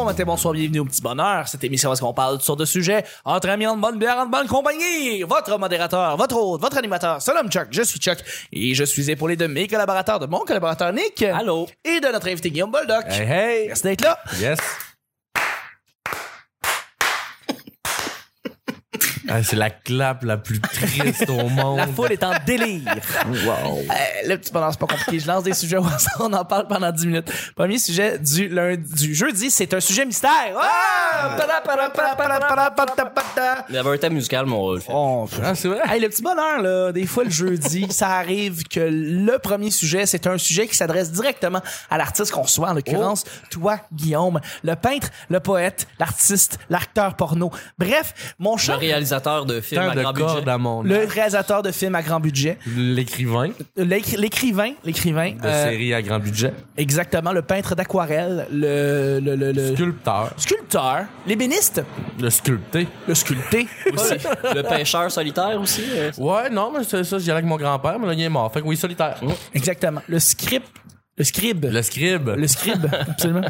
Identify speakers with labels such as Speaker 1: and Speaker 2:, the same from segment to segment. Speaker 1: santé, bonsoir, bienvenue au petit bonheur. Cette émission, parce qu'on parle de toutes sortes de sujets entre amis, en bonne bière, en bonne compagnie. Votre modérateur, votre hôte, votre animateur, c'est l'homme Chuck. Je suis Chuck et je suis épaulé de mes collaborateurs, de mon collaborateur Nick.
Speaker 2: Allô.
Speaker 1: Et de notre invité Guillaume Boldoc.
Speaker 2: Hey, hey.
Speaker 1: Merci d'être là.
Speaker 2: Yes. Ah, c'est la clap la plus triste au monde.
Speaker 1: La foule est en délire.
Speaker 2: Wow.
Speaker 1: Euh, le petit bonheur, c'est pas compliqué. Je lance des sujets au hasard, on en parle pendant 10 minutes. Premier sujet du lundi, du jeudi, c'est un sujet mystère. Ah! Pada, pada, pada, pada, pada, pada, pada.
Speaker 3: Il avait un thème musical, mon rôle.
Speaker 1: On-
Speaker 2: Ah, c'est vrai?
Speaker 1: Hey, le petit bonheur, là, des fois le jeudi, ça arrive que le premier sujet, c'est un sujet qui s'adresse directement à l'artiste qu'on reçoit, en l'occurrence, toi, Guillaume, le peintre, le poète, l'artiste, l'acteur porno. Bref, mon
Speaker 3: Le
Speaker 1: chat,
Speaker 3: réalisateur de films
Speaker 2: Putain
Speaker 3: à
Speaker 2: de
Speaker 3: grand
Speaker 2: corde
Speaker 3: budget.
Speaker 2: à mon
Speaker 1: le réalisateur de films à grand budget,
Speaker 2: L'écrivain de
Speaker 1: l'écri- l'écrivain, l'écrivain,
Speaker 2: Ben,
Speaker 1: euh,
Speaker 2: série à grand budget.
Speaker 1: Exactement, le peintre d'aquarelle, le, le, le, le-
Speaker 2: Sculpteur.
Speaker 1: sculpteur, l'ébéniste,
Speaker 2: Le sculpté.
Speaker 1: le sculpté.
Speaker 3: Aussi. Le pêcheur solitaire aussi. euh,
Speaker 2: Ouais, non, mais c'est ça, j'y allais avec mon grand-père, mais là, il est mort. Fait que oui, solitaire.
Speaker 1: Mm. Exactement, le script, le scribe, le,
Speaker 2: Le scribe.
Speaker 1: scribe, absolument.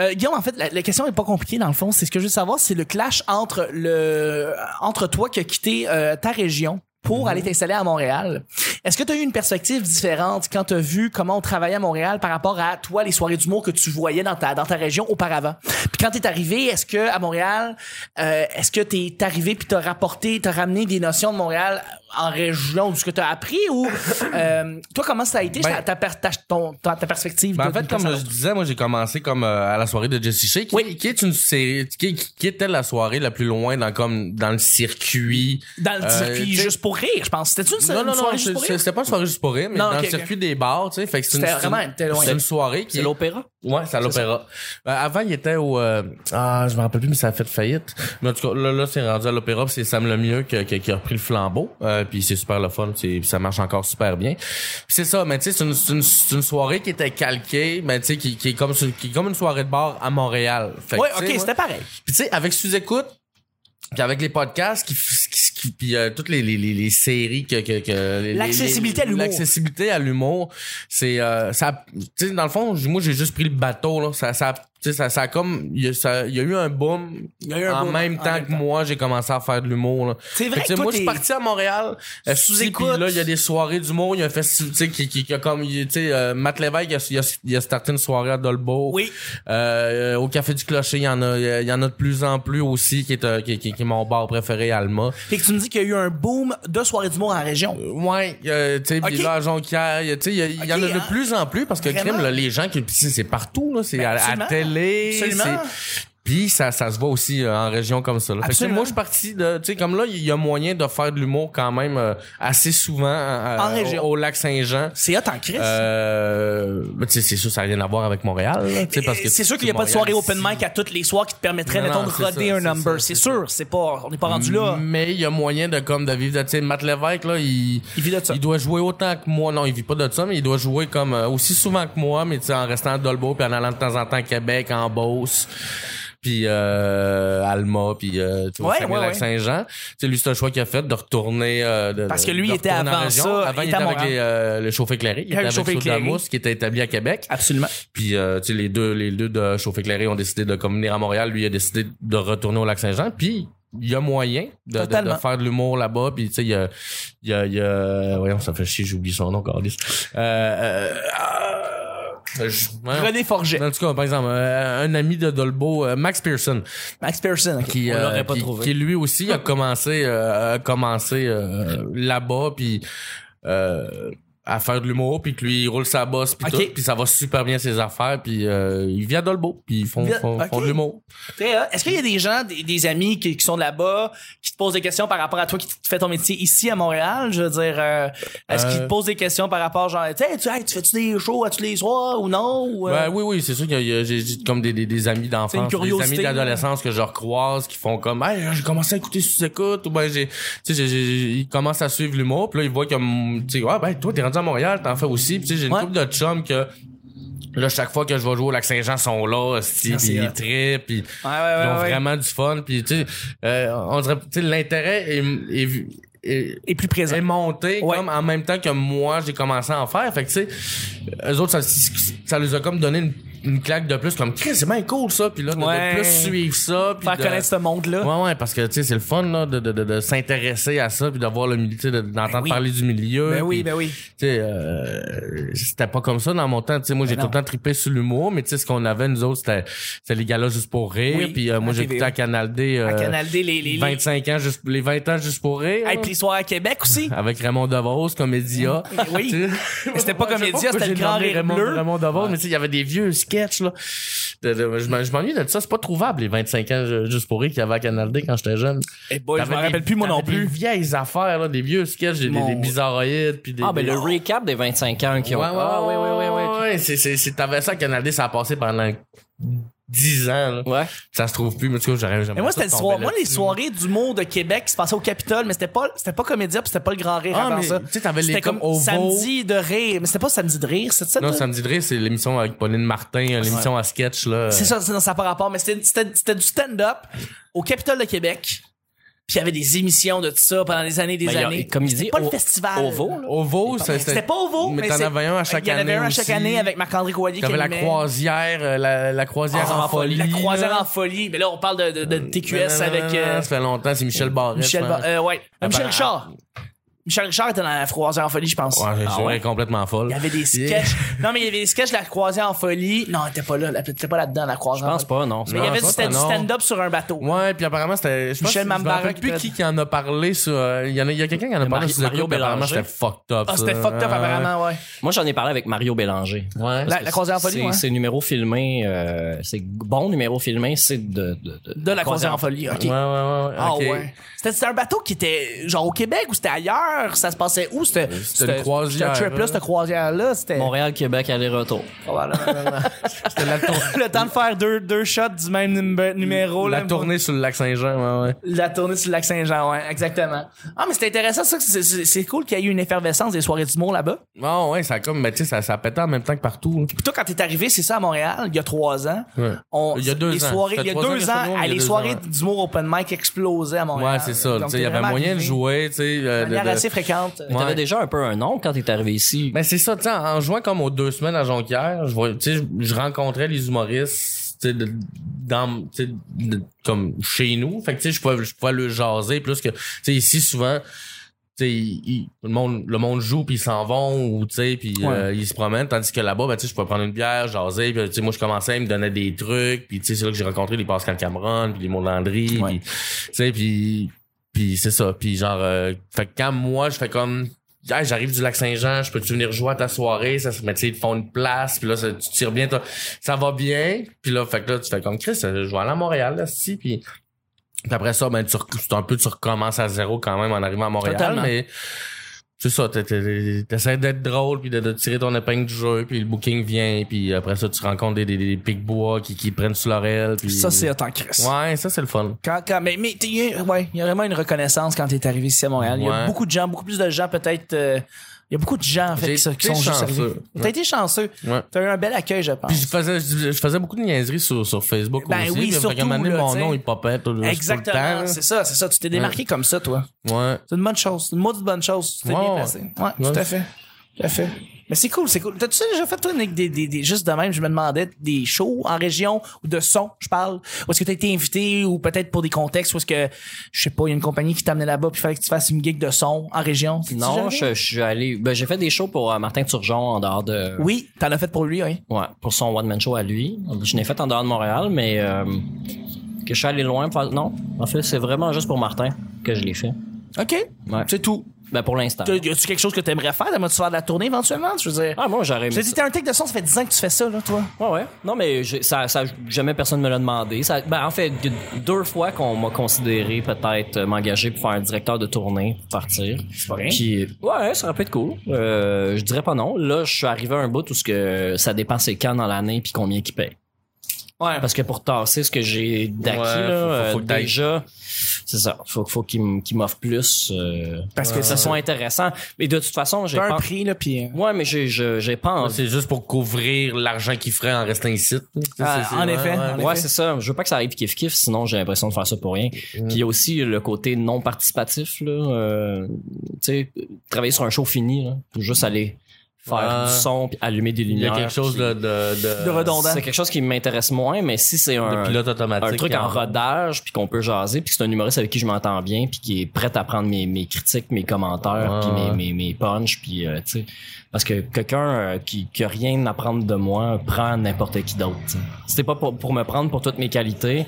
Speaker 1: Euh, Guillaume, en fait, la, la question est pas compliquée dans le fond. C'est ce que je veux savoir, c'est le clash entre le entre toi qui as quitté euh, ta région
Speaker 2: Mhm.
Speaker 1: pour aller t'installer à Montréal. Est-ce que tu as eu une perspective différente quand tu as vu comment on travaillait à Montréal par rapport à toi les soirées d'humour que tu voyais dans ta dans ta région auparavant Puis quand tu es arrivé, est-ce que à Montréal, euh, est-ce que tu es arrivé puis tu as rapporté, tu as ramené des notions de Montréal en région de ce que tu as appris ou euh, toi comment ça a été
Speaker 2: Ben-
Speaker 1: ta, ta, per- ta- ton- ta- ta perspective
Speaker 2: Ben,
Speaker 1: de-
Speaker 2: en fait,
Speaker 1: d'une
Speaker 2: comme
Speaker 1: personne à
Speaker 2: je disais, moi j'ai commencé comme euh, à la soirée de Jesse Shea, qui,
Speaker 1: Oui.
Speaker 2: qui est une série, qui, qui était la soirée la plus loin dans comme dans le circuit.
Speaker 1: Dans le
Speaker 2: Euh,
Speaker 1: circuit
Speaker 2: tu sais-
Speaker 1: juste pour rire, je pense. C'était-tu une,
Speaker 2: Non,
Speaker 1: une
Speaker 2: non,
Speaker 1: soirée
Speaker 2: non,
Speaker 1: juste
Speaker 2: c'est-
Speaker 1: pour
Speaker 2: c'est-
Speaker 1: rire?
Speaker 2: c'était pas une soirée juste pour rire, mais
Speaker 1: Non,
Speaker 2: dans
Speaker 1: ok,
Speaker 2: le
Speaker 1: ok.
Speaker 2: circuit des bars, tu sais. Fait que c'est une,
Speaker 1: C'était
Speaker 2: c'est
Speaker 1: vraiment-
Speaker 2: une-
Speaker 1: t'es loin.
Speaker 2: c'est une soirée qui
Speaker 3: C'est
Speaker 2: est
Speaker 3: l'opéra.
Speaker 2: Ouais, c'est à l'opéra. Euh, avant, il était au... euh, ah, je me rappelle plus, mais ça a fait faillite. Mais en tout cas, là, là c'est rendu à l'opéra, puis c'est Sam Lemieux qui, qui, qui a repris le flambeau. Euh, puis c'est super le fun, c'est- puis ça marche encore super bien. Puis c'est ça, mais tu sais, c'est une, c'est une, c'est une soirée qui était calquée, mais tu sais, qui, qui, est comme, sur- qui est comme une soirée de bar à Montréal. Fait que,
Speaker 1: Oui,
Speaker 2: tu sais,
Speaker 1: ok,
Speaker 2: moi-
Speaker 1: c'était pareil.
Speaker 2: puis tu sais, avec sous-écoute, puis avec les podcasts, qui, qui- qui- puis euh, toutes les, les, les, les séries que... que, que les-
Speaker 1: L'accessibilité
Speaker 2: les-
Speaker 1: à l'humour.
Speaker 2: L'accessibilité à l'humour, c'est... euh, ça, tu sais, dans le fond, moi, j'ai juste pris le bateau, là. Ça, ça, tu sais, ça, ça a comme... Il y, a- ça- il y a eu un boom
Speaker 1: Il y a eu un
Speaker 2: en
Speaker 1: boom
Speaker 2: même
Speaker 1: en
Speaker 2: temps
Speaker 1: même
Speaker 2: que
Speaker 1: temps.
Speaker 2: moi, j'ai commencé à faire de l'humour, là.
Speaker 1: C'est vrai
Speaker 2: Fait que,
Speaker 1: que
Speaker 2: tu sais,
Speaker 1: toi,
Speaker 2: moi, je suis
Speaker 1: t'es-
Speaker 2: parti à Montréal. euh, sous
Speaker 1: Sous-écoute.
Speaker 2: écoute. Là, il y a des soirées d'humour. Il y a un festival, tu sais, qui, qui, qui a comme, tu sais, euh, Matt Lévesque, il a, il a- il a starté une soirée à Dolbeau.
Speaker 1: Oui.
Speaker 2: Euh, euh, au Café du Clocher, il y en a, il y en a de plus en plus aussi, qui est, euh, qui, qui- qui est mon bar préféré, Alma.
Speaker 1: Fait que tu me dis qu'il y a eu un boom de soirées d'humour en région.
Speaker 2: Ouais, euh, tu sais, puis
Speaker 1: Ok.
Speaker 2: là, à Jonquière, il y a- tu sais, il y, a- il y en a
Speaker 1: Ok,
Speaker 2: de
Speaker 1: hein.
Speaker 2: plus en plus parce que
Speaker 1: Vraiment?
Speaker 2: crime, là, les gens qui, c'est c'est partout, là, c'est
Speaker 1: Ben,
Speaker 2: à, à
Speaker 1: absolument.
Speaker 2: télé,
Speaker 1: Absolument.
Speaker 2: c'est- Puis ça, ça se voit aussi euh, en région comme ça. Là. Fait que, tu sais,
Speaker 1: Absolument.
Speaker 2: moi, je suis parti de, tu sais, comme là, il y a moyen de faire de l'humour quand même euh, assez souvent euh,
Speaker 1: En région.
Speaker 2: Au, au lac Saint-Jean.
Speaker 1: C'est hot en Christ.
Speaker 2: Euh, ben, tu sais, c'est sûr, ça n'a rien à voir avec Montréal. là, tu sais, parce que
Speaker 1: Euh, c'est sûr
Speaker 2: tout
Speaker 1: qu'il n'y a pas de
Speaker 2: Montréal,
Speaker 1: soirée open
Speaker 2: c'est-
Speaker 1: mic à toutes les soirs qui te permettrait,
Speaker 2: Non,
Speaker 1: mettons,
Speaker 2: non,
Speaker 1: de
Speaker 2: c'est
Speaker 1: roder
Speaker 2: ça,
Speaker 1: un
Speaker 2: c'est
Speaker 1: number.
Speaker 2: ça, Mm.
Speaker 1: C'est
Speaker 2: c'est
Speaker 1: sûr, c'est pas, on n'est pas rendu là.
Speaker 2: Mais il y a moyen de comme de vivre de tu sais, Matt Lévesque là, il,
Speaker 1: Il vit de ça.
Speaker 2: il doit jouer autant que moi. Non, il vit pas de ça, mais il doit jouer comme euh, aussi souvent que moi, mais tu sais, en restant à Dolbeau puis en allant de temps en temps à Québec, en Beauce. Puis euh, Alma, puis euh, tu vois,
Speaker 1: Ouais,
Speaker 2: Saguenay,
Speaker 1: ouais, ouais.
Speaker 2: Lac-Saint-Jean. Tu sais, lui, c'est un choix qu'il a fait de retourner... euh, de-
Speaker 1: Parce
Speaker 2: de-
Speaker 1: que lui,
Speaker 2: de
Speaker 1: il était
Speaker 2: retourner en
Speaker 1: avant
Speaker 2: région.
Speaker 1: ça,
Speaker 2: Avant,
Speaker 1: il était
Speaker 2: il était
Speaker 1: à
Speaker 2: avec
Speaker 1: Montréal.
Speaker 2: les, euh, le chauffé éclairé. Il
Speaker 1: Le
Speaker 2: était
Speaker 1: Chauffe
Speaker 2: avec
Speaker 1: Éclairé.
Speaker 2: Sodamus, qui était établi à Québec.
Speaker 1: Absolument.
Speaker 2: Puis euh, tu sais les deux les deux de chauffe éclairé ont décidé de comme venir à Montréal, lui il a décidé de retourner au lac Saint-Jean puis il y a moyen de, de- de,
Speaker 1: Totalement.
Speaker 2: faire de l'humour là-bas puis tu sais il y a il y a, il y a- voyons ça fait chier, j'oublie son nom Carlis. Euh, euh, euh, je- voyons.
Speaker 1: René Forget.
Speaker 2: en tout cas, par exemple, euh, un ami de Dolbo, euh, Max Pearson,
Speaker 1: Max Pearson. ok.
Speaker 2: qui,
Speaker 3: On
Speaker 2: euh,
Speaker 3: l'aurait pas
Speaker 2: qui-
Speaker 3: trouvé.
Speaker 2: qui, lui aussi a commencé euh, a commencé euh, là-bas puis euh, à faire de l'humour puis que lui il roule sa bosse puis
Speaker 1: Ok.
Speaker 2: tout puis ça va super bien ses affaires puis euh, il vient à Dolbeau puis ils font
Speaker 1: Vient-
Speaker 2: font,
Speaker 1: ok.
Speaker 2: font de l'humour.
Speaker 1: Très hot. Est-ce qu'il y a des gens, des, des amis qui, qui sont de là-bas, qui te posent des questions par rapport à toi qui t- fais ton métier ici à Montréal? Je veux dire, euh, est-ce qu'ils te
Speaker 2: Euh.
Speaker 1: posent des questions par rapport, genre, tu sais, tu- hey, tu fais-tu des shows à tous les soirs ou non? Ou, euh,
Speaker 2: Ben oui oui, c'est sûr qu'il y a- il y a, j'ai j'ai comme des, des, des amis d'enfance,
Speaker 1: C'est une
Speaker 2: des amis
Speaker 1: curiosité,
Speaker 2: d'adolescence que je recroise qui font comme hey, j'ai commencé à écouter sous écoute ou ben j'ai tu sais j'ai- j'ai- ils commencent à suivre l'humour puis là ils voient comme tu sais ouais ben toi t'es rendu à Montréal, t'en fais aussi, puis tu sais j'ai une
Speaker 1: Ouais.
Speaker 2: couple de chums que Là, chaque fois que je vais jouer au Lac-Saint-Jean, ils sont là, hostie,
Speaker 1: Ah,
Speaker 2: puis
Speaker 1: c'est
Speaker 2: ils
Speaker 1: hot.
Speaker 2: trippent, puis
Speaker 1: Ouais, ouais, ouais,
Speaker 2: ils ont
Speaker 1: ouais.
Speaker 2: vraiment du fun. Puis, tu sais, euh, on dirait, tu sais, l'intérêt est, est, est-
Speaker 1: Et plus présent.
Speaker 2: est monté
Speaker 1: Ouais.
Speaker 2: comme en même temps que moi, j'ai commencé à en faire. Fait que, tu sais, eux autres, ça, ça les a comme donné une une claque de plus comme Chris, c'est bien cool ça. Puis là, de, de
Speaker 1: Ouais.
Speaker 2: plus suivre ça. puis
Speaker 1: Faire
Speaker 2: de-
Speaker 1: connaître ce monde-là.
Speaker 2: Ouais, ouais, parce que tu sais, c'est le fun là, de, de, de, de s'intéresser à ça, puis d'avoir le milieu, tu sais, de- d'entendre
Speaker 1: oui.
Speaker 2: parler du milieu.
Speaker 1: Ben oui,
Speaker 2: puis,
Speaker 1: ben oui.
Speaker 2: tu sais, euh, c'était pas comme ça dans mon temps. Tu sais, moi, j'ai
Speaker 1: Ben
Speaker 2: tout
Speaker 1: non.
Speaker 2: le temps trippé sur l'humour, mais tu sais, ce qu'on avait, nous autres, c'était c'était les galas juste pour rire.
Speaker 1: Oui,
Speaker 2: puis euh, moi,
Speaker 1: à
Speaker 2: j'écoutais
Speaker 1: TVA.
Speaker 2: à Canal D, euh,
Speaker 1: À Canal D, les, les, les...
Speaker 2: 25 ans, juste, les 20 ans juste pour rire.
Speaker 1: Hey, puis les soirs à Québec aussi.
Speaker 2: avec Raymond Devos, Comédia.
Speaker 1: Oui.
Speaker 2: Tu sais,
Speaker 1: Mais c'était pas
Speaker 2: je sais
Speaker 1: Comédia,
Speaker 2: pourquoi
Speaker 1: c'était le
Speaker 2: j'ai
Speaker 1: Grand
Speaker 2: nommé
Speaker 1: Rire
Speaker 2: Raymond,
Speaker 1: Bleu.
Speaker 2: Raymond Devos, mais tu sais, il y avait des vieux sketchs, là. De- de- je m'en- je m'ennuie de ça. C'est pas trouvable, les 25 ans euh, juste pour rire qu'il y avait à Canal D quand j'étais jeune.
Speaker 1: Eh boy, je
Speaker 2: T'avais
Speaker 1: m'en
Speaker 2: des-
Speaker 1: rappelle plus, moi non
Speaker 2: t'avais Des
Speaker 1: plus.
Speaker 2: vieilles affaires, là, des vieux sketchs, des, des-
Speaker 1: Mon-
Speaker 2: des bizarroïdes, puis des.
Speaker 3: Ah, ben
Speaker 2: des-
Speaker 3: le recap des 25 ans qui ont.
Speaker 2: Ouais, ouais,
Speaker 3: Ah,
Speaker 2: ouais, ouais, ouais, ouais. C'est, c'est, c'est, t'avais ça à Canal D, ça a passé pendant 10 ans, là.
Speaker 3: Ouais.
Speaker 2: Ça se trouve plus, mais en tout cas, j'aurais jamais.
Speaker 1: Mais moi,
Speaker 2: ça
Speaker 1: c'était le
Speaker 2: tomber
Speaker 1: soir. Moi, les
Speaker 2: là-dessus.
Speaker 1: soirées d'humour de Québec qui se passaient au Capitole, mais c'était pas, c'était pas comédia puis c'était pas le grand rire
Speaker 2: Ah,
Speaker 1: avant
Speaker 2: mais,
Speaker 1: ça.
Speaker 2: tu sais, t'avais les
Speaker 1: C'était comme
Speaker 2: comme Ovo.
Speaker 1: samedi de rire. Mais c'était pas samedi de rire, c'était ça?
Speaker 2: Non,
Speaker 1: toi?
Speaker 2: Samedi de rire, c'est l'émission avec Pauline Martin, euh, l'émission à sketch, là.
Speaker 3: Euh.
Speaker 1: C'est ça, c'est dans ça par rapport. Mais c'était, c'était, c'était du stand-up au Capitole de Québec. Puis il y avait des émissions de tout ça pendant des années et des
Speaker 3: Ben, il y a-
Speaker 1: années.
Speaker 3: comme il dit,
Speaker 1: C'était pas le
Speaker 3: au-
Speaker 1: festival.
Speaker 3: Ovo, là.
Speaker 2: Ovo, c'est-
Speaker 1: C'était pas Ovo, mais
Speaker 2: Mais t'en
Speaker 1: c'est-
Speaker 2: avais un à chaque
Speaker 1: Il y en
Speaker 2: année.
Speaker 1: avait un à chaque
Speaker 2: aussi.
Speaker 1: année avec Marc-André Goyer qui
Speaker 2: T'avais la
Speaker 1: animait.
Speaker 2: croisière, euh, la, la croisière
Speaker 1: Ah,
Speaker 2: en folie.
Speaker 1: La croisière
Speaker 2: là.
Speaker 1: en folie. Mais là, on parle de, de, de
Speaker 2: Non, non,
Speaker 1: TQS
Speaker 2: non,
Speaker 1: avec
Speaker 2: non,
Speaker 1: euh,
Speaker 2: Ça fait longtemps, c'est Michel Barrette.
Speaker 1: Michel,
Speaker 2: je
Speaker 1: Ba-
Speaker 2: pense.
Speaker 1: euh, ouais.
Speaker 2: Ah,
Speaker 1: Michel
Speaker 2: ben,
Speaker 1: Richard. Michel Richard était dans la croisière en folie, je pense.
Speaker 2: Ouais, j'ai
Speaker 1: Ah,
Speaker 2: juré
Speaker 1: ouais.
Speaker 2: complètement folle.
Speaker 1: Il y avait des
Speaker 2: Yeah.
Speaker 1: sketchs. non, mais il y avait des sketchs de la croisière en folie. Non, elle était pas là. Elle était pas là-dedans, la
Speaker 3: Je
Speaker 1: croisière en
Speaker 3: pense
Speaker 1: folie.
Speaker 3: pas, non.
Speaker 1: Mais il y
Speaker 2: Non,
Speaker 1: avait
Speaker 2: je
Speaker 1: du,
Speaker 2: pense
Speaker 1: c'était
Speaker 2: pas,
Speaker 1: du
Speaker 2: non.
Speaker 1: stand-up sur un bateau.
Speaker 2: Ouais, puis apparemment, c'était. Je pense
Speaker 1: Michel
Speaker 2: je me
Speaker 1: Mambarek,
Speaker 2: rappelle plus
Speaker 1: peut-être.
Speaker 2: qui qui en a parlé sur. euh, Il y en a, il y a quelqu'un qui en a parlé
Speaker 3: Mario-
Speaker 2: sur le
Speaker 3: Mario
Speaker 2: groupe, puis apparemment,
Speaker 3: Bélanger.
Speaker 2: c'était fucked up.
Speaker 1: Ah,
Speaker 2: ça. euh,
Speaker 1: c'était fucked up,
Speaker 2: Ouais.
Speaker 1: apparemment, ouais.
Speaker 3: Moi, j'en ai parlé avec Mario Bélanger.
Speaker 2: Ouais.
Speaker 1: La, la croisière en
Speaker 3: C'est
Speaker 1: folie, ouais.
Speaker 3: c'est numéro filmé, euh, c'est bon numéro filmé, c'est de, de,
Speaker 1: De la croisière en folie, ok.
Speaker 2: Ouais, ouais, ouais. ouais,
Speaker 1: Ah
Speaker 2: ok.
Speaker 1: ouais. C'était c'était un bateau qui était genre au Québec ou c'était ailleurs? Ça se passait où? C'était c'était-
Speaker 2: une croisière,
Speaker 1: C'était un trip là,
Speaker 2: hein.
Speaker 1: cette croisière-là. C'était. hein.
Speaker 3: Montréal, Québec, aller-retour.
Speaker 2: C'était la, tour-
Speaker 1: Le temps de faire deux, deux shots du même numé- numéro.
Speaker 2: la
Speaker 1: là.
Speaker 2: tournée sur le lac Saint-Jean, ouais, ouais.
Speaker 1: La tournée sur le lac Saint-Jean, ouais, exactement. Ah, mais c'est intéressant, ça. que c'est- C'est c'est cool qu'il y ait eu une effervescence des soirées d'humour là-bas.
Speaker 2: Ah ouais, ça a comme, mais tu sais, ça, ça pétait en même temps que partout. là.
Speaker 1: Puis toi, quand t'es arrivé, c'est ça, à Montréal, il y a trois ans.
Speaker 2: Ouais.
Speaker 1: on-
Speaker 2: Il y a deux
Speaker 1: les
Speaker 2: ans.
Speaker 1: Soirées,
Speaker 2: Ça fait
Speaker 1: il y a
Speaker 2: trois ans que
Speaker 1: deux
Speaker 2: ça fait
Speaker 1: ans,
Speaker 2: nous,
Speaker 1: ah,
Speaker 2: il y a
Speaker 1: les
Speaker 2: deux
Speaker 1: soirées
Speaker 2: ans.
Speaker 1: d'humour open mic explosaient à Montréal.
Speaker 2: Ouais, c'est ça.
Speaker 1: Donc,
Speaker 2: Tu sais, il y
Speaker 1: t'es
Speaker 2: avait
Speaker 1: vraiment
Speaker 2: moyen de
Speaker 1: arrivé
Speaker 2: jouer, tu sais.
Speaker 1: De
Speaker 2: euh,
Speaker 1: manière
Speaker 2: de- de-
Speaker 1: assez fréquente.
Speaker 3: T'avais
Speaker 2: Ouais.
Speaker 3: déjà un peu un nom quand t'es arrivé ici.
Speaker 2: Ben c'est ça, tu sais, en en jouant comme aux deux semaines à Jonquière, je voyais- tu sais, je- je rencontrais les humoristes, tu sais, de- dans, tu sais, de- comme chez nous. Fait que tu sais, je pouvais, je pouvais le jaser plus que, tu sais, ici souvent, tu sais, il- il- le monde, le monde joue puis ils s'en vont ou tu sais, puis
Speaker 1: Ouais.
Speaker 2: euh, ils se promènent, tandis que là-bas, ben tu sais, je pouvais prendre une bière, jaser, puis tu sais, moi je commençais, ils me donnaient des trucs, puis tu sais, c'est là que j'ai rencontré les Pascal Cameron, puis les Molandry,
Speaker 1: Ouais.
Speaker 2: puis tu sais, puis puis c'est ça, puis genre, euh, fait que quand moi je fais comme Hey, j'arrive du lac Saint-Jean, je peux-tu venir jouer à ta soirée? Ça, se- mais tu sais, ils te font une place, puis là, ça- tu tires bien, toi. ça va bien. Puis là, fait que là, tu fais comme Chris, euh, je vais aller à Montréal, là, si, puis... puis après ça, ben, tu, rec- c'est un peu, tu recommences à zéro quand même en arrivant à Montréal,
Speaker 1: Totalement.
Speaker 2: mais c'est ça, t'es- t'es- t'essaies d'être drôle, puis de, de tirer ton épingle du jeu, puis le booking vient, puis après ça, tu rencontres des, des, des pigbois qui, qui te prennent sous l'oreille, puis...
Speaker 1: Ça, c'est autant Chris.
Speaker 2: Ouais, ça, c'est le fun.
Speaker 1: Quand, quand, mais mais t'es- il y a- ouais, il y a vraiment une reconnaissance quand t'es arrivé ici à Montréal. Il y a
Speaker 2: Ouais.
Speaker 1: beaucoup de gens, beaucoup plus de gens peut-être. euh, il y a beaucoup de gens en fait
Speaker 2: J'ai
Speaker 1: qui, sont- qui
Speaker 2: été
Speaker 1: sont juste
Speaker 2: chanceux.
Speaker 1: arrivés. T'as
Speaker 2: Ouais.
Speaker 1: été chanceux.
Speaker 2: Ouais.
Speaker 1: T'as eu un bel accueil, je pense.
Speaker 2: Puis je faisais, je, je faisais beaucoup de niaiseries sur, sur Facebook
Speaker 1: Ben
Speaker 2: aussi.
Speaker 1: oui,
Speaker 2: puis fait qu'à
Speaker 1: surtout,
Speaker 2: un moment donné,
Speaker 1: là,
Speaker 2: mon
Speaker 1: t'sais.
Speaker 2: nom, il popait tout, le- tout le temps.
Speaker 1: Exactement,
Speaker 2: là.
Speaker 1: c'est ça, c'est ça. Tu t'es démarqué comme ça, toi.
Speaker 2: Ouais.
Speaker 1: C'est une bonne chose, c'est une maudite bonne chose. Tu t'es
Speaker 2: Ouais,
Speaker 1: bien
Speaker 2: ouais.
Speaker 1: placé. Ouais,
Speaker 2: Ouais.
Speaker 1: tout à fait. Tout à fait. Mais c'est cool, c'est cool. T'as-tu déjà fait, toi, Nick, des, des, des- juste de même, je me demandais, des shows en région, ou de son, je parle, ou est-ce que t'as été invité, ou peut-être pour des contextes, ou est-ce que, je sais pas, il y a une compagnie qui t'amenait là-bas, puis il fallait que tu fasses une gig de son en région? T'es-tu déjà
Speaker 3: non, je,
Speaker 1: allé?
Speaker 3: je suis allé. Ben, j'ai fait des shows pour euh, Martin Turgeon en dehors de.
Speaker 1: Oui, t'en as fait pour lui, oui.
Speaker 3: Ouais, pour son one man show à lui. Je n'ai fait en dehors de Montréal, mais euh, que je suis allé loin. pour faire- Non, en fait, c'est vraiment juste pour Martin que je l'ai fait.
Speaker 1: OK.
Speaker 3: Ouais.
Speaker 1: C'est tout.
Speaker 3: Ben, pour l'instant.
Speaker 1: T'as- Y a-tu quelque chose que t'aimerais faire? T'aimerais-tu faire de la tournée éventuellement? Je veux dire.
Speaker 3: Ah, moi, j'aurais
Speaker 1: je
Speaker 3: aimé.
Speaker 1: te dis, t'es un tech de son, ça fait 10 ans que tu fais ça, là, toi.
Speaker 3: Ouais, ouais. Non, mais j'ai- ça, ça, jamais personne me l'a demandé. Ça, ben, en fait, d- deux fois qu'on m'a considéré peut-être euh, m'engager pour faire un directeur de tournée pour partir.
Speaker 1: C'est pas rien.
Speaker 3: Puis, Hein? ouais, ça aurait pu être cool. Euh, je dirais pas non. Là, je suis arrivé à un bout où ce que ça dépend c'est quand dans l'année puis combien qui paye.
Speaker 1: Ouais.
Speaker 3: Parce que pour tasser ce que j'ai d'acquis,
Speaker 2: Ouais,
Speaker 3: là,
Speaker 2: faut- faut- faut
Speaker 3: euh,
Speaker 2: que t'ailles.
Speaker 3: déjà, c'est ça. Faut, faut qu'ils m- qu'ils m'offrent plus. euh,
Speaker 1: Parce que
Speaker 3: que ce soit intéressant. Mais de toute façon, j'ai
Speaker 1: T'as
Speaker 3: pas.
Speaker 1: un prix, là, puis. euh,
Speaker 3: Ouais, mais j'ai j'ai- j'ai pas
Speaker 2: Ah,
Speaker 3: envie.
Speaker 2: C'est juste pour couvrir l'argent qu'il ferait en restant ici.
Speaker 1: Ah, en effet, en effet. Mm.
Speaker 3: Ouais, c'est ça. Je veux pas que ça arrive kiff kiff, sinon j'ai l'impression de faire ça pour rien. Puis il y a aussi le côté non participatif là, euh, tu sais, travailler sur un show fini là, faut juste aller faire
Speaker 2: Ouais.
Speaker 3: du son puis allumer des
Speaker 2: Ah. Il y
Speaker 3: lumières.
Speaker 2: a quelque chose
Speaker 3: puis-
Speaker 2: de, de,
Speaker 1: De redondant.
Speaker 3: C'est quelque chose qui m'intéresse moins, mais si c'est
Speaker 2: de
Speaker 3: un,
Speaker 2: pilote automatique.
Speaker 3: un truc en
Speaker 2: hein.
Speaker 3: rodage puis qu'on peut jaser puis que c'est un humoriste avec qui je m'entends bien puis qui est prêt à prendre mes, mes critiques, mes
Speaker 2: Ouais,
Speaker 3: commentaires puis
Speaker 2: ouais.
Speaker 3: mes, mes, mes punchs puis euh, tu sais parce que quelqu'un euh, qui, qui a rien à prendre de moi prend n'importe qui d'autre. tu sais. C'était pas pour, pour me prendre pour toutes mes qualités.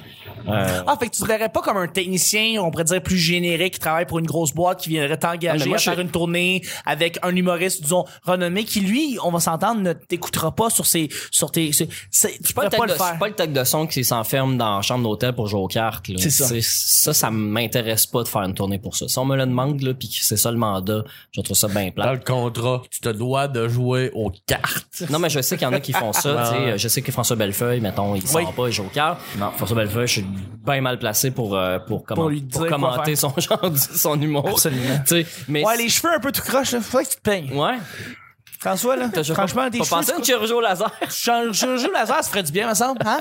Speaker 3: euh,
Speaker 1: Ah, fait que tu te verrais pas comme un technicien, on pourrait dire plus générique, qui travaille pour une grosse boîte, qui viendrait
Speaker 3: Ah,
Speaker 1: t'engager
Speaker 3: mais moi,
Speaker 1: à faire
Speaker 3: je-
Speaker 1: une tournée avec un humoriste, disons, renommé, qui lui, on va s'entendre, ne t'écoutera pas sur ses, sur tes, c'est- c'est- tu
Speaker 3: pas
Speaker 1: pourrais
Speaker 3: le,
Speaker 1: pas
Speaker 3: tech
Speaker 1: le
Speaker 3: de, c'est
Speaker 1: faire.
Speaker 3: pas le tech de son qui s'enferme dans la chambre d'hôtel pour jouer aux cartes. là.
Speaker 1: C'est ça.
Speaker 3: Ça, ça m'intéresse pas de faire une tournée pour ça. Si on me le demande, là, puis que c'est ça le mandat, je trouve ça bien
Speaker 2: Dans
Speaker 3: plat.
Speaker 2: le contrat, tu te dois de jouer aux cartes.
Speaker 3: Non, mais je sais qu'il y en a qui font ça. tu sais. Je sais que François Bellefeuille, mettons, il
Speaker 1: Oui.
Speaker 3: sort pas, il joue aux cartes. Non, François Bellefeuille, je suis bien mal placé pour, euh, pour, comment-
Speaker 1: Pour lui dire
Speaker 3: pour
Speaker 1: quoi
Speaker 3: commenter
Speaker 1: faire.
Speaker 3: son genre, du- son humour.
Speaker 1: Absolument.
Speaker 3: Tu sais, mais
Speaker 1: Ouais, les cheveux un peu tout croche, là. Faudrait que tu te peignes.
Speaker 3: Ouais.
Speaker 1: François, là.
Speaker 3: T'as déjà
Speaker 1: Franchement,
Speaker 3: pas-
Speaker 1: des
Speaker 3: pas
Speaker 1: cheveux.
Speaker 3: pensé à une chirurgie au laser?
Speaker 1: Changer laser, ça ferait du bien, me semble, hein?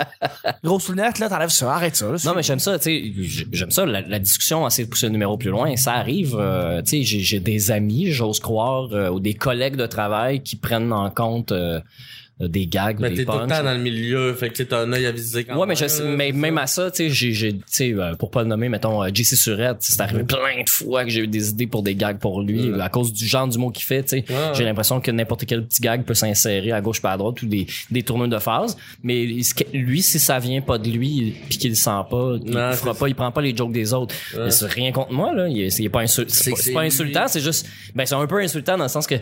Speaker 1: Grosse lunette, là, t'enlèves ça, arrête ça, là.
Speaker 3: Non, mais j'aime ça, tu sais, j- j'aime ça, la, la discussion, assez de pousser le numéro plus loin, ça arrive, euh, tu sais, j'ai- j'ai des amis, j'ose croire, euh, ou des collègues de travail qui prennent en compte euh, des gags ou
Speaker 2: Mais
Speaker 3: des
Speaker 2: t'es tout le
Speaker 3: punchs.
Speaker 2: temps dans le milieu, fait que t'sais, t'as un œil à viser quand
Speaker 3: Ouais, mais, je,
Speaker 2: même,
Speaker 3: sais-
Speaker 2: là,
Speaker 3: mais
Speaker 2: c'est
Speaker 3: même
Speaker 2: ça.
Speaker 3: à ça, tu sais, j'ai- j'ai, tu sais, euh, pour pas le nommer, mettons, euh, JC Surette, c'est
Speaker 2: Mm-hmm.
Speaker 3: arrivé plein de fois que j'ai eu des idées pour des gags pour lui,
Speaker 2: Ouais.
Speaker 3: à cause du genre du mot qu'il fait, tu sais.
Speaker 2: Mm-hmm. Ouais.
Speaker 3: J'ai l'impression que n'importe quel petit gag peut s'insérer à gauche pas à droite ou des, des tournures de phase. Mais ce que- lui, si ça vient pas de lui, puis qu'il le sent pas, il
Speaker 2: Non,
Speaker 3: le
Speaker 2: c'est
Speaker 3: fera pas, il prend pas les jokes des autres. Mais c'est rien contre moi, là. Il est, il est pas, insul- c'est
Speaker 2: C'est
Speaker 3: pas,
Speaker 2: que
Speaker 3: c'est
Speaker 2: c'est
Speaker 3: pas
Speaker 2: lui.
Speaker 3: insultant, c'est juste, ben, c'est un peu insultant dans le sens que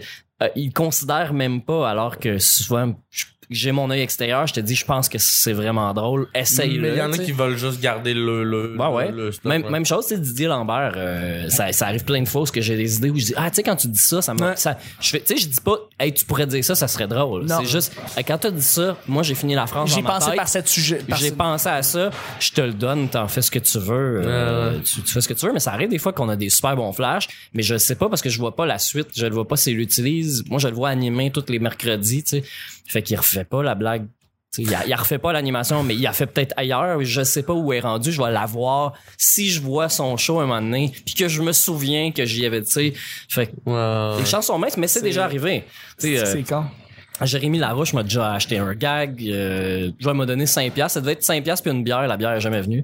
Speaker 3: euh, il considère même pas, alors que souvent, je- j'ai mon œil extérieur, je te dis, je pense que c'est vraiment drôle. Essaye-le.
Speaker 2: Mais il y en a
Speaker 3: tu sais.
Speaker 2: qui veulent juste garder le. le
Speaker 3: Ouais, ouais.
Speaker 2: le- le stock,
Speaker 3: même,
Speaker 2: ouais.
Speaker 3: même chose, c'est Didier Lambert. euh, ça, ça arrive plein de fois parce que j'ai des idées où je dis Ah, tu sais, quand tu dis ça, ça me.
Speaker 1: Ouais.
Speaker 3: ça- je fais- Tu sais, je dis pas Hey, tu pourrais dire ça, ça serait drôle.
Speaker 1: Non.
Speaker 3: C'est juste, Hey, quand tu as dit ça, moi, j'ai fini la France.
Speaker 1: J'ai
Speaker 3: dans ma
Speaker 1: pensé
Speaker 3: tête.
Speaker 1: par cet sujet. par
Speaker 3: J'ai
Speaker 1: ce-
Speaker 3: pensé à ça, je te le donne, t'en fais ce que tu veux, euh, tu, tu fais ce que tu veux, mais ça arrive des fois qu'on a des super bons flashs, mais je le sais pas parce que je vois pas la suite, je le vois pas s'il l'utilise. Moi, je le vois animer tous les mercredis, tu sais. Fait qu'il refait pas la blague. Tu sais, il, a, il a refait pas l'animation, mais il a fait peut-être ailleurs. Je sais pas où est rendu. Je vais la voir si je vois son show un moment donné, puis que je me souviens que j'y avais. Tu sais, fait que
Speaker 2: Ouais.
Speaker 3: les chances sont minces, mais c'est déjà arrivé. Tu sais, euh,
Speaker 1: C'est con.
Speaker 3: Jérémy Larouche m'a déjà acheté un gag. Euh, je m'a donné 5 piastres. Ça devait être 5 piastres puis une bière. La bière est jamais venue.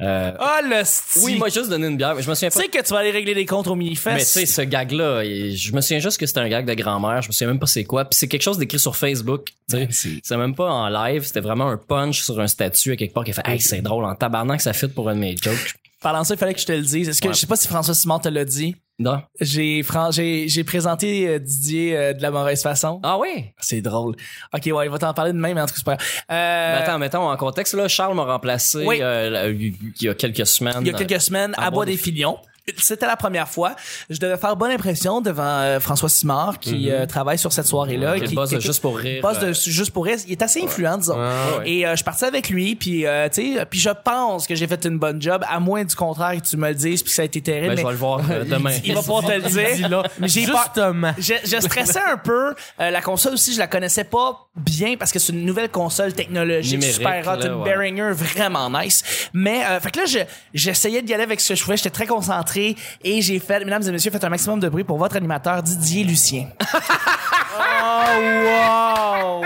Speaker 3: Euh,
Speaker 1: Ah, le sti.
Speaker 3: oui, il m'a juste donné une bière. mais Je me souviens
Speaker 1: Tu
Speaker 3: pas.
Speaker 1: sais que tu vas aller régler les comptes au mini-fest.
Speaker 3: Mais tu sais, ce gag-là, il- je me souviens juste que c'était un gag de grand-mère. Je me souviens même pas c'est quoi. Puis c'est quelque chose d'écrit sur Facebook. tu sais. C'est même pas en live. C'était vraiment un punch sur un statut à quelque part qui a fait Hey, c'est drôle, en tabarnak, ça fit pour un de mes jokes.
Speaker 1: Parlant de ça, il fallait que je te le dise. Est-ce que,
Speaker 3: Ouais.
Speaker 1: je sais pas si François Simon te l'a dit.
Speaker 3: Non.
Speaker 1: J'ai, Fran- j'ai, j'ai présenté euh, Didier euh, de la mauvaise façon.
Speaker 3: Ah oui?
Speaker 1: C'est drôle. Ok, ouais, il va t'en parler de même, mais en tout cas, c'est pas grave. Euh,
Speaker 3: Mais Attends, mettons en contexte, là, Charles m'a remplacé
Speaker 1: Oui.
Speaker 3: euh, là, il y a quelques semaines.
Speaker 1: il y a quelques semaines, à Bois des Filions. C'était la première fois. Je devais faire bonne impression devant euh, François Simard, qui euh, travaille sur cette soirée-là.
Speaker 3: Mm-hmm. Qui
Speaker 1: qui-
Speaker 3: bosse de
Speaker 1: qui-
Speaker 3: juste pour rire. euh.
Speaker 1: boss de juste pour rire. Il est assez influent, disons.
Speaker 2: Ouais, ouais.
Speaker 1: Et euh, je suis parti avec lui, puis euh, tu sais, puis je pense que j'ai fait une bonne job, à moins du contraire que tu me le dises, puis que ça a été terrible.
Speaker 3: Ben,
Speaker 1: mais
Speaker 3: je vais le voir euh, demain.
Speaker 1: il va pas te le dire. Mais j'ai pas-
Speaker 2: Justement.
Speaker 1: Je, je stressais un peu. Euh, la console aussi, je la connaissais pas bien parce que c'est une nouvelle console technologique
Speaker 3: Numérique,
Speaker 1: super hot,
Speaker 3: là,
Speaker 1: une
Speaker 3: ouais.
Speaker 1: Behringer vraiment nice. Mais euh, fait que là, je- j'essayais d'y aller avec ce que je pouvais. J'étais très concentré et j'ai fait, mesdames et messieurs, faites un maximum de bruit pour votre animateur Didier Lucien. oh wow!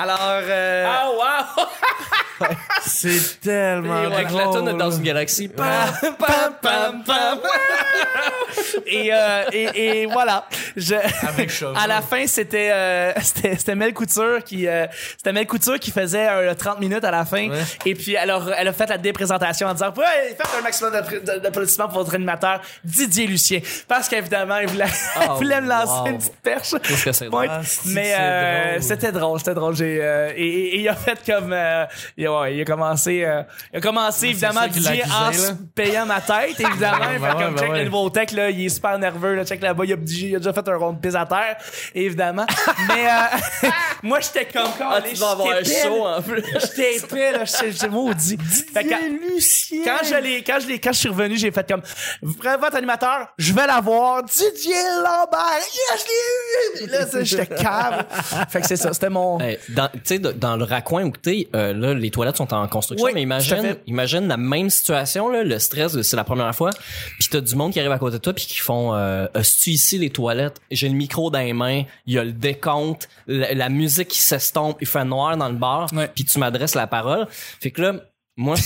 Speaker 1: Alors, euh,
Speaker 3: Ah, wow!
Speaker 2: C'est tellement.
Speaker 3: Avec la tonne dans une galaxie.
Speaker 1: et, euh, et, et voilà. Je,
Speaker 2: Avec Chauvet.
Speaker 1: à la fin, c'était euh, c'était c'était Mel Couture qui euh, c'était Mel Couture qui faisait euh, 30 minutes à la fin. Et puis elle a, elle a fait la déprésentation en disant ouais, faites un maximum d'appr- d'a- d'applaudissements pour votre animateur Didier Lucien parce qu'évidemment il voulait, il voulait me lancer
Speaker 3: Oh, wow.
Speaker 1: une petite perche.
Speaker 3: Qu'est-ce que c'est
Speaker 1: Point.
Speaker 3: drôle.
Speaker 1: mais euh, c'était drôle, c'était drôle. J'ai euh, et, et- et il a fait comme euh, il, a, ouais, il a commencé, euh, il a commencé évidemment à
Speaker 2: sûr qu'il
Speaker 1: dire en
Speaker 2: l'accusait,
Speaker 1: se
Speaker 2: là.
Speaker 1: payant ma tête évidemment. il fait
Speaker 2: ben ouais,
Speaker 1: comme
Speaker 2: ben
Speaker 1: check le
Speaker 2: ouais.
Speaker 1: nouveau tech là, il est super nerveux là, check là-bas, il a, il a déjà fait un rond de pisse à terre évidemment. mais euh, moi j'étais comme
Speaker 3: Ah, tu dois avoir
Speaker 1: j'étais
Speaker 3: chaud,
Speaker 1: pelle.
Speaker 3: en plus.
Speaker 1: J'étais prêt là, j'étais j'étais maudit. Fait que quand-
Speaker 2: Lucien!
Speaker 1: quand je l'ai- quand je l'ai- quand je suis revenu, j'ai fait comme, Vraiment, votre animateur, je vais l'avoir, Didier Lambert, yes, je l'ai eu! Là, c'est- j'étais cave. fait que c'est ça, c'était mon,
Speaker 3: Hey, Ben, dans, tu sais, de- dans le raccoin où t'es, euh, là, les toilettes sont en construction,
Speaker 1: Oui,
Speaker 3: mais
Speaker 1: tout à
Speaker 3: imagine,
Speaker 1: fait.
Speaker 3: imagine la même situation, là, le stress, de- c'est la première fois, puis t'as du monde qui arrive à côté de toi, puis qui font, euh, tu ici les toilettes, j'ai le micro dans les mains, il y a le décompte, la, la musique qui s'estompe, il fait noir dans le bar,
Speaker 1: Ouais.
Speaker 3: puis tu m'adresses la parole. Fait que là, moi, tu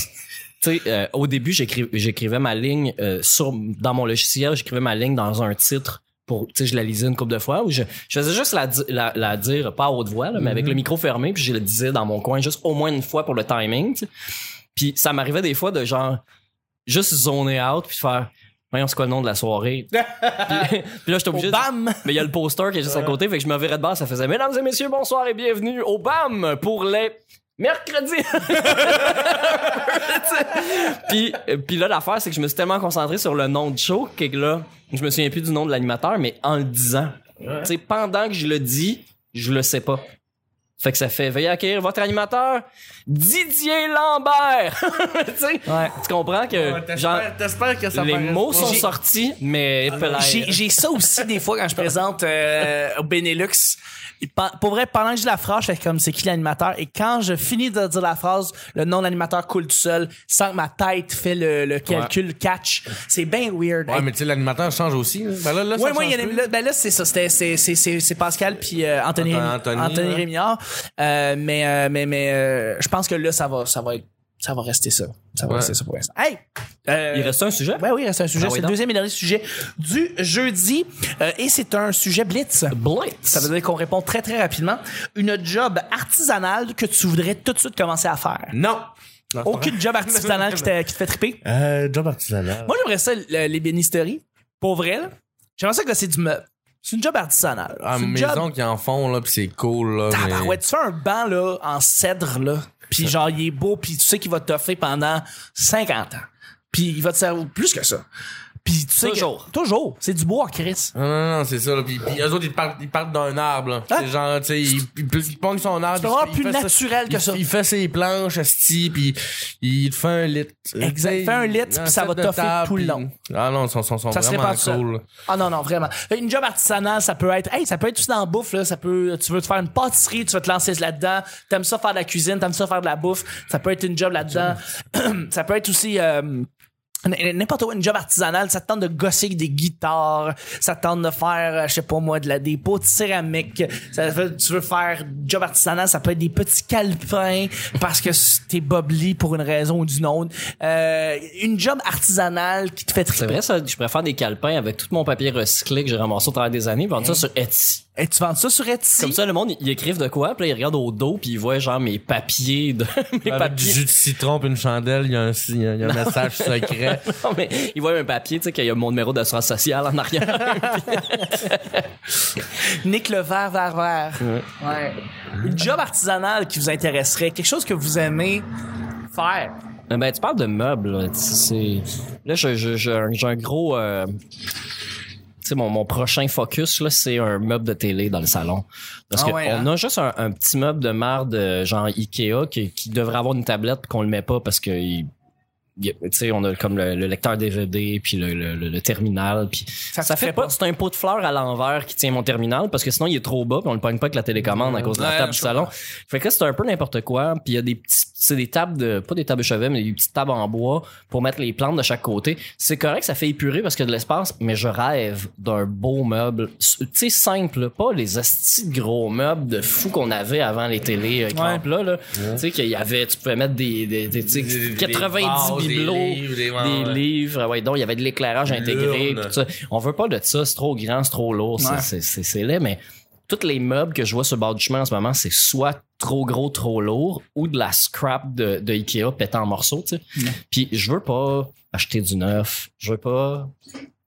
Speaker 3: sais, euh, au début, j'écri- j'écrivais ma ligne euh, sur dans mon logiciel, j'écrivais ma ligne dans un titre pour, tu sais, je la lisais une couple de fois ou je, je faisais juste la, di- la, la dire pas à haute voix, là, mais avec le micro fermé, puis je le disais dans mon coin juste au moins une fois pour le timing. tu sais. Puis ça m'arrivait des fois de genre juste zoner out puis faire. Voyons, c'est quoi le nom de la soirée? puis, puis là, j'étais obligé. de-
Speaker 1: bam!
Speaker 3: mais il y a le poster qui est juste à côté, fait que je me verrais de base, ça faisait Mesdames et messieurs, bonsoir et bienvenue au BAM pour les mercredis. puis, euh, puis là, l'affaire, c'est que je me suis tellement concentré sur le nom de show que là, je me souviens plus du nom de l'animateur, mais en le disant. Tu sais, pendant que je le dis, je le sais pas. Fait que ça fait veuillez acquérir votre animateur Didier Lambert. tu sais,
Speaker 1: Ouais.
Speaker 3: tu comprends que genre,
Speaker 2: T'espères que ça
Speaker 3: les
Speaker 2: paraît
Speaker 3: mots
Speaker 2: pas.
Speaker 3: sont
Speaker 1: J'ai-
Speaker 3: sortis, mais
Speaker 1: J'ai j'ai ça aussi des fois quand je présente euh, au Benelux. Et pe- Pour vrai, pendant que je dis la phrase, je fais comme c'est qui l'animateur. Et quand je finis de dire la phrase, le nom de l'animateur coule tout seul sans que ma tête fait le, le calcul catch. C'est bien weird.
Speaker 2: Ouais, mais tu sais, l'animateur change aussi. là. Ben là, là, ça
Speaker 1: Ouais, moi, il y
Speaker 2: change
Speaker 1: en a-
Speaker 2: plus.
Speaker 1: là, ben là, c'est ça. C'était, c'est, c'est, c'est, c'est Pascal puis euh, Anthony,
Speaker 2: Anthony,
Speaker 1: Rémi-
Speaker 2: Anthony,
Speaker 1: Anthony,
Speaker 2: ouais.
Speaker 1: Rémillard. Euh, mais, euh, mais, mais, euh, je pense que là, ça va, ça va être, ça va rester ça. Ça va
Speaker 2: Ouais.
Speaker 1: rester ça pour l'instant. Hey! Euh,
Speaker 3: il reste un sujet.
Speaker 1: ben oui, c'est un sujet.
Speaker 3: Ah oui,
Speaker 1: c'est le
Speaker 3: donc.
Speaker 1: deuxième et dernier sujet du jeudi. Euh, et c'est un sujet blitz.
Speaker 3: Blitz.
Speaker 1: Ça veut dire qu'on répond très, très rapidement. Une job artisanale que tu voudrais tout de suite commencer à faire.
Speaker 2: Non! Non, c'est
Speaker 1: Aucune job artisanale qui, t'a- qui te fait triper.
Speaker 2: pas vrai. Euh, job artisanal.
Speaker 1: Moi, j'aimerais ça, le- l'ébénisterie. Pour vrai, là, j'aimerais ça que c'est du meuble. C'est une job artisanale.
Speaker 2: Ah,
Speaker 1: c'est une
Speaker 2: maison
Speaker 1: job...
Speaker 2: qui en font, là, pis c'est cool, là. mais-
Speaker 1: ouais, tu fais un banc, là, en cèdre, là. Puis genre, il est beau, puis tu sais qu'il va te t'offrir pendant 50 ans. Puis il va te servir plus que ça. Puis tu sais que-
Speaker 3: Toujours.
Speaker 1: Toujours. C'est du bois, Chris.
Speaker 2: Non, non, non, c'est ça, là. Pis, pis eux autres, ils partent, ils partent d'un arbre, là.
Speaker 1: Hein?
Speaker 2: C'est genre, tu sais, ils, ils, ils pognent son arbre.
Speaker 1: peux
Speaker 2: il-
Speaker 1: avoir
Speaker 2: il
Speaker 1: plus
Speaker 2: fait ça-
Speaker 1: naturel que
Speaker 2: il-
Speaker 1: ça.
Speaker 2: Il fait ses planches, asti, pis il te fait un lit.
Speaker 1: Exact. Fais un lit, puis ça va t'offrir tout le long.
Speaker 2: Ah non, ils sont, sont, sont
Speaker 1: Ça se
Speaker 2: vraiment
Speaker 1: répand tout seul.
Speaker 2: cool. là.
Speaker 1: Ah non, non, vraiment. Fait Une job artisanale, ça peut être, hey, ça peut être tout dans la bouffe, là. Ça peut, tu veux te faire une pâtisserie, tu veux te lancer là-dedans. T'aimes ça faire de la cuisine, t'aimes ça faire de la bouffe. Ça peut être une job là-dedans. ça peut être aussi, euh, n- n'importe quoi, une job artisanale, ça te tente de gosser avec des guitares, ça te tente de faire, euh, je sais pas moi, de la, des pots de céramique, ça veut- tu veux faire job artisanal, ça peut être des petits calepins parce que t'es bobli pour une raison ou d'une autre. Euh, une job artisanale qui te fait
Speaker 3: C'est
Speaker 1: triper.
Speaker 3: vrai, ça, je préfère des calepins avec tout mon papier recyclé que j'ai ramassé au travers des années, vendre
Speaker 2: Hein?
Speaker 3: ça sur Etsy.
Speaker 1: Et Eh, tu vends ça sur Etsy?
Speaker 3: Comme ça, le monde, ils écrivent de quoi, puis là, ils regardent au dos, puis ils voient genre mes papiers de, mes
Speaker 2: Avec du
Speaker 3: papiers.
Speaker 2: jus de citron pis une chandelle, il y a un, il y a- il y a un message secret.
Speaker 3: Non, mais ils voient un papier, tu sais, qu'il y a mon numéro d'assurance sociale en arrière.
Speaker 1: Nick le vert, vert, vert. Ouais. Une job artisanale qui vous intéresserait, quelque chose que vous aimez faire.
Speaker 3: Mais ben, tu parles de meubles, là. tu sais, c'est- Là, je- je- j'ai un, j'ai un gros, euh, tu sais, mon, mon prochain focus, là, c'est un meuble de télé dans le salon. Parce
Speaker 1: Ah
Speaker 3: qu'on
Speaker 1: ouais, hein?
Speaker 3: a juste un, un petit meuble de marde, euh, genre Ikea, qui, qui devrait avoir une tablette, puis qu'on le met pas parce que il- il- tu sais, on a comme le, le lecteur DVD, puis le, le- le- le terminal, puis
Speaker 1: Ça
Speaker 3: ça,
Speaker 1: se
Speaker 3: fait
Speaker 1: ferait
Speaker 3: pas.
Speaker 1: pas.
Speaker 3: C'est un pot de fleurs à l'envers qui tient mon terminal parce que sinon il est trop bas, puis on le pogne pas avec la télécommande à cause de la
Speaker 2: Ouais,
Speaker 3: table du
Speaker 2: je
Speaker 3: salon. Fait que là, c'est un peu n'importe quoi. Puis il y a des petits, c'est des tables de, pas des tables de chevet, mais des petites tables en bois pour mettre les plantes de chaque côté. C'est correct, ça fait épurer parce qu'il y a de l'espace, mais je rêve d'un beau meuble, tu sais simple, là, pas les astis de gros meubles de fou qu'on avait avant les télés euh, crampes, là, là. Tu sais qu'il y avait, tu pouvais mettre des, des, des- tu sais,
Speaker 2: Des- des
Speaker 3: 90
Speaker 2: vases, des
Speaker 3: bibelots,
Speaker 2: livres, des- ouais,
Speaker 3: des
Speaker 2: ouais.
Speaker 3: livres, ouais, donc il y avait de l'éclairage intégré,
Speaker 2: L'urne.
Speaker 3: puis tout ça. On veut pas de ça, c'est trop grand, c'est trop lourd, c'est-
Speaker 1: Ouais.
Speaker 3: c'est c'est- c'est laid, mais tous les meubles que je vois sur le bord du chemin en ce moment, c'est soit trop gros, trop lourd, ou de la scrap de, de Ikea pétant en morceaux, tu sais. Puis je veux pas acheter du neuf, je veux pas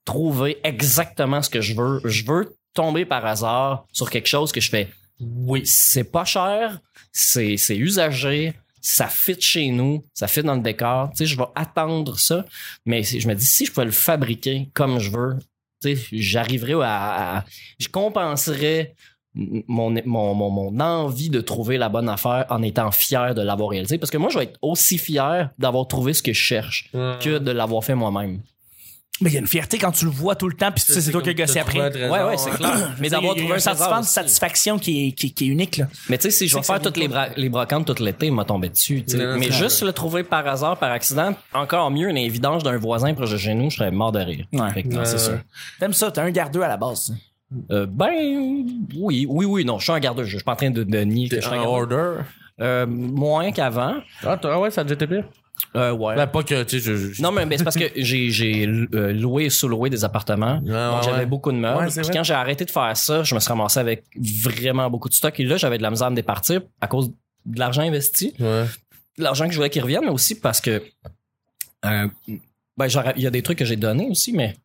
Speaker 3: trouver exactement ce que je veux. Je veux tomber par hasard sur quelque chose que je fais. Oui, c'est pas cher, c'est c'est usagé, ça fit chez nous, ça fit dans le décor. Tu sais, je vais attendre ça, mais c'est- je me dis si je pouvais le fabriquer comme je veux, tu sais, j'arriverais à, à- je compenserais mon, mon, mon, mon envie de trouver la bonne affaire en étant fier de l'avoir réalisé. Parce que moi, je vais être aussi fier d'avoir trouvé ce que je cherche que de l'avoir fait moi-même.
Speaker 1: Mais il y a une fierté quand tu le vois tout le temps, puis tu sais, c'est toi qui as gossé après.
Speaker 3: Ouais, ouais, c'est clair. Mais
Speaker 1: Mais d'avoir trouvé un sentiment de
Speaker 3: aussi.
Speaker 1: satisfaction qui est, qui, qui est unique, là.
Speaker 3: Mais tu sais, si je
Speaker 1: C'est
Speaker 3: vais
Speaker 1: que ça
Speaker 3: faire
Speaker 1: vaut
Speaker 3: toutes les, bra- les brocantes tout l'été, il m'a tombé dessus. tu sais.
Speaker 2: Non, non,
Speaker 3: mais
Speaker 2: c'est
Speaker 3: juste le trouver par hasard, par accident, encore mieux, une évidence d'un voisin proche de chez nous, je serais mort de rire.
Speaker 1: Ouais.
Speaker 3: Fait que non,
Speaker 2: Ouais,
Speaker 3: c'est
Speaker 2: ouais.
Speaker 3: sûr.
Speaker 1: T'aimes ça, t'es un gardeux à la base. ça.
Speaker 3: Euh, ben, oui, oui, oui, non, je suis un gardeur. Je je suis pas en train de, de nier que je
Speaker 2: T'es
Speaker 3: suis
Speaker 2: en
Speaker 3: un gardeur.
Speaker 2: order.
Speaker 3: Euh, moins qu'avant.
Speaker 2: Ah, t'as- ah ouais, ça a déjà été pire.
Speaker 3: Euh, ouais.
Speaker 2: Ben, pas que, tu sais, je- je-
Speaker 3: Non, mais, mais c'est parce que j'ai, j'ai euh, loué et sous-loué des
Speaker 2: Ah,
Speaker 3: appartements. donc,
Speaker 2: ouais,
Speaker 3: j'avais
Speaker 2: ouais.
Speaker 3: beaucoup de meubles.
Speaker 2: Ouais, c'est
Speaker 3: Puis
Speaker 2: vrai.
Speaker 3: quand j'ai arrêté de faire ça, je me suis ramassé avec vraiment beaucoup de stock. Et là, j'avais de la misère à me départir à cause de l'argent investi.
Speaker 2: Ouais.
Speaker 3: De l'argent que je voulais qu'il revienne, mais aussi parce que. euh, ben, j'aurais- il y a des trucs que j'ai donnés aussi, mais.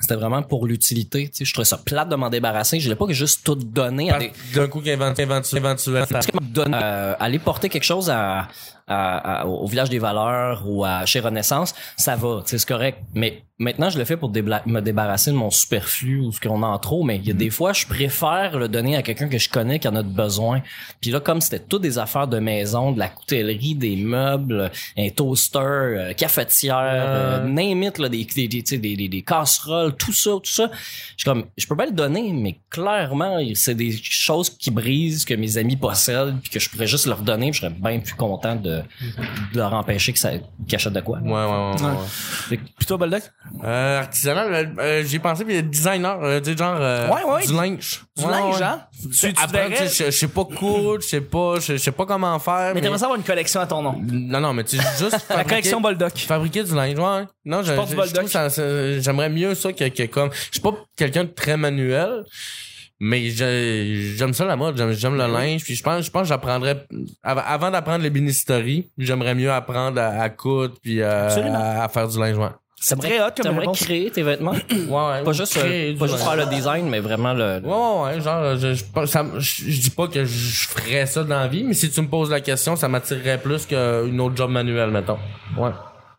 Speaker 3: C'était vraiment pour l'utilité. tu sais. Je trouvais ça plate de m'en débarrasser. Je voulais pas que juste tout donner à
Speaker 2: Parce
Speaker 3: des,
Speaker 2: que D'un coup, qu'invente, invente, invente,
Speaker 3: Est-ce que donne- euh, aller porter quelque chose à, à- à- au village des valeurs ou à chez Renaissance, ça va, tu sais, c'est correct. Mais maintenant, je le fais pour débla- me débarrasser de mon superflu ou ce qu'on a en trop. Mais il y a des fois, je préfère le donner à quelqu'un que je connais qui en a de besoin. Puis là, comme c'était toutes des affaires de maison, de la coutellerie, des meubles, un toaster, euh, cafetière, euh, name it, là, des, des, des, tu sais, des- des- des casseroles, tout ça, tout ça. Je suis comme, je peux pas le donner, mais clairement, c'est des choses qui brisent, que mes amis possèdent, puis que je pourrais juste leur donner, puis je serais bien plus content de, de leur empêcher que ça qu'ils achètent de quoi.
Speaker 2: Ouais, ouais, ouais. ouais, ouais.
Speaker 1: Puis toi, Boldoc?
Speaker 2: Euh, artisanal, euh, euh, j'ai pensé, puis designer, euh, tu sais, genre, euh,
Speaker 1: Ouais, ouais.
Speaker 2: du linge.
Speaker 1: Du
Speaker 2: Ouais,
Speaker 1: linge,
Speaker 2: ouais.
Speaker 1: hein? Tu, tu
Speaker 2: Après,
Speaker 1: verrais-
Speaker 2: tu sais, je je sais pas coudre, je sais pas, je je sais pas comment faire.
Speaker 1: Mais t'aimerais ça avoir une collection à ton nom.
Speaker 2: Non, non, mais tu sais, juste
Speaker 1: La
Speaker 2: fabriquer-
Speaker 1: collection Boldoc.
Speaker 2: fabriquer du linge ouais. non je,
Speaker 1: portes
Speaker 2: je-
Speaker 1: du
Speaker 2: je trouve
Speaker 1: Boldoc.
Speaker 2: ça- ça- j'aimerais mieux ça que, que comme je suis pas quelqu'un de très manuel mais je- j'aime ça la mode j'aime j'aime
Speaker 3: Mhm.
Speaker 2: le linge puis je pense je pense que j'apprendrais av- avant d'apprendre les binisteries j'aimerais mieux apprendre à, à coudre puis à,
Speaker 1: Absolument.
Speaker 2: à- à faire du linge ouais
Speaker 1: C'est très hot comme
Speaker 3: T'aimerais
Speaker 1: réponse.
Speaker 3: créer tes vêtements?
Speaker 2: ouais
Speaker 3: Mhm. pas juste,
Speaker 2: créer
Speaker 3: euh,
Speaker 2: du
Speaker 3: pas juste
Speaker 2: linge.
Speaker 3: faire le design, mais vraiment le... le-
Speaker 2: Ouais, ouais, ouais, genre, je, je, pense- ça me- je, je dis pas que je ferais ça dans la vie, mais si tu me poses la question, ça m'attirerait plus qu'une autre job manuelle, mettons. Ouais.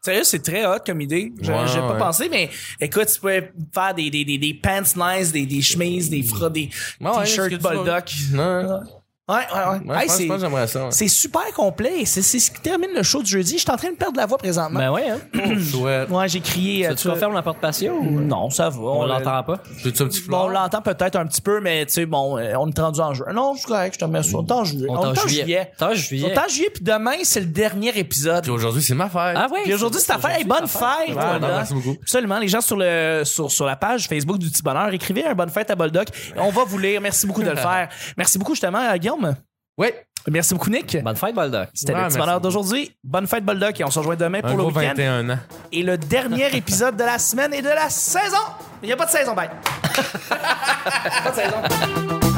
Speaker 1: Sérieux, c'est très hot comme idée. J'ai
Speaker 2: Ouais,
Speaker 1: j'ai pas
Speaker 2: ouais.
Speaker 1: pensé, mais écoute, tu pouvais faire des, des, des, des pants nice, des, des chemises, des frocs, des
Speaker 2: Ouais, ouais,
Speaker 1: t-shirts
Speaker 2: est-ce que tu
Speaker 1: Boldoc.
Speaker 2: Non, non.
Speaker 1: Ouais, ouais, ouais. Hey,
Speaker 2: Ouais, je pense- je
Speaker 1: c'est-
Speaker 2: pense que j'aimerais ça. ouais.
Speaker 1: c'est super complet. C'est c'est ce qui termine le show de jeudi. Je suis en train de perdre la voix présentement.
Speaker 3: Ben ouais, hein.
Speaker 2: Ouais.
Speaker 1: Ouais, j'ai crié. euh,
Speaker 3: tu
Speaker 1: tout-
Speaker 3: refermes la porte patio ou...
Speaker 1: Non, ça va.
Speaker 3: On
Speaker 1: euh,
Speaker 3: l'entend pas?
Speaker 2: J'ai-tu un petit
Speaker 1: Bon,
Speaker 2: fleur?
Speaker 1: on l'entend peut-être un petit peu, mais tu sais, bon, euh, on est rendu en juin. Non, c'est correct, je te remercie. On est en juillet.
Speaker 3: On t'en juillet. T'en
Speaker 1: On
Speaker 3: juillet.
Speaker 1: est en juillet, puis demain, c'est le dernier épisode.
Speaker 2: Puis aujourd'hui, c'est ma fête.
Speaker 3: Ah ouais?
Speaker 1: Puis aujourd'hui, c'est ta fête. Hey, bonne fête!
Speaker 2: Ah,
Speaker 1: Boldoc.
Speaker 2: non, merci beaucoup.
Speaker 1: Absolument. Les gens sur, le, sur, sur la page Facebook du Petit Bonheur, écrivez un bonne fête à Boldoc. On va vous lire. Merci beaucoup de le faire. Merci beaucoup, justement, à Guillaume.
Speaker 2: Ouais.
Speaker 1: Merci beaucoup, Nick.
Speaker 3: Bonne fête, Baldock.
Speaker 1: C'était
Speaker 2: Ouais,
Speaker 1: le Petit
Speaker 2: merci
Speaker 1: Bonheur
Speaker 2: beaucoup.
Speaker 1: d'aujourd'hui. Bonne fête, Boldoc. Et on se rejoint demain
Speaker 2: Un
Speaker 1: pour le
Speaker 2: gros
Speaker 1: week-end.
Speaker 2: 21 ans.
Speaker 1: Et le dernier épisode de la semaine et de la saison. Il n'y a pas de saison, bye. pas de saison.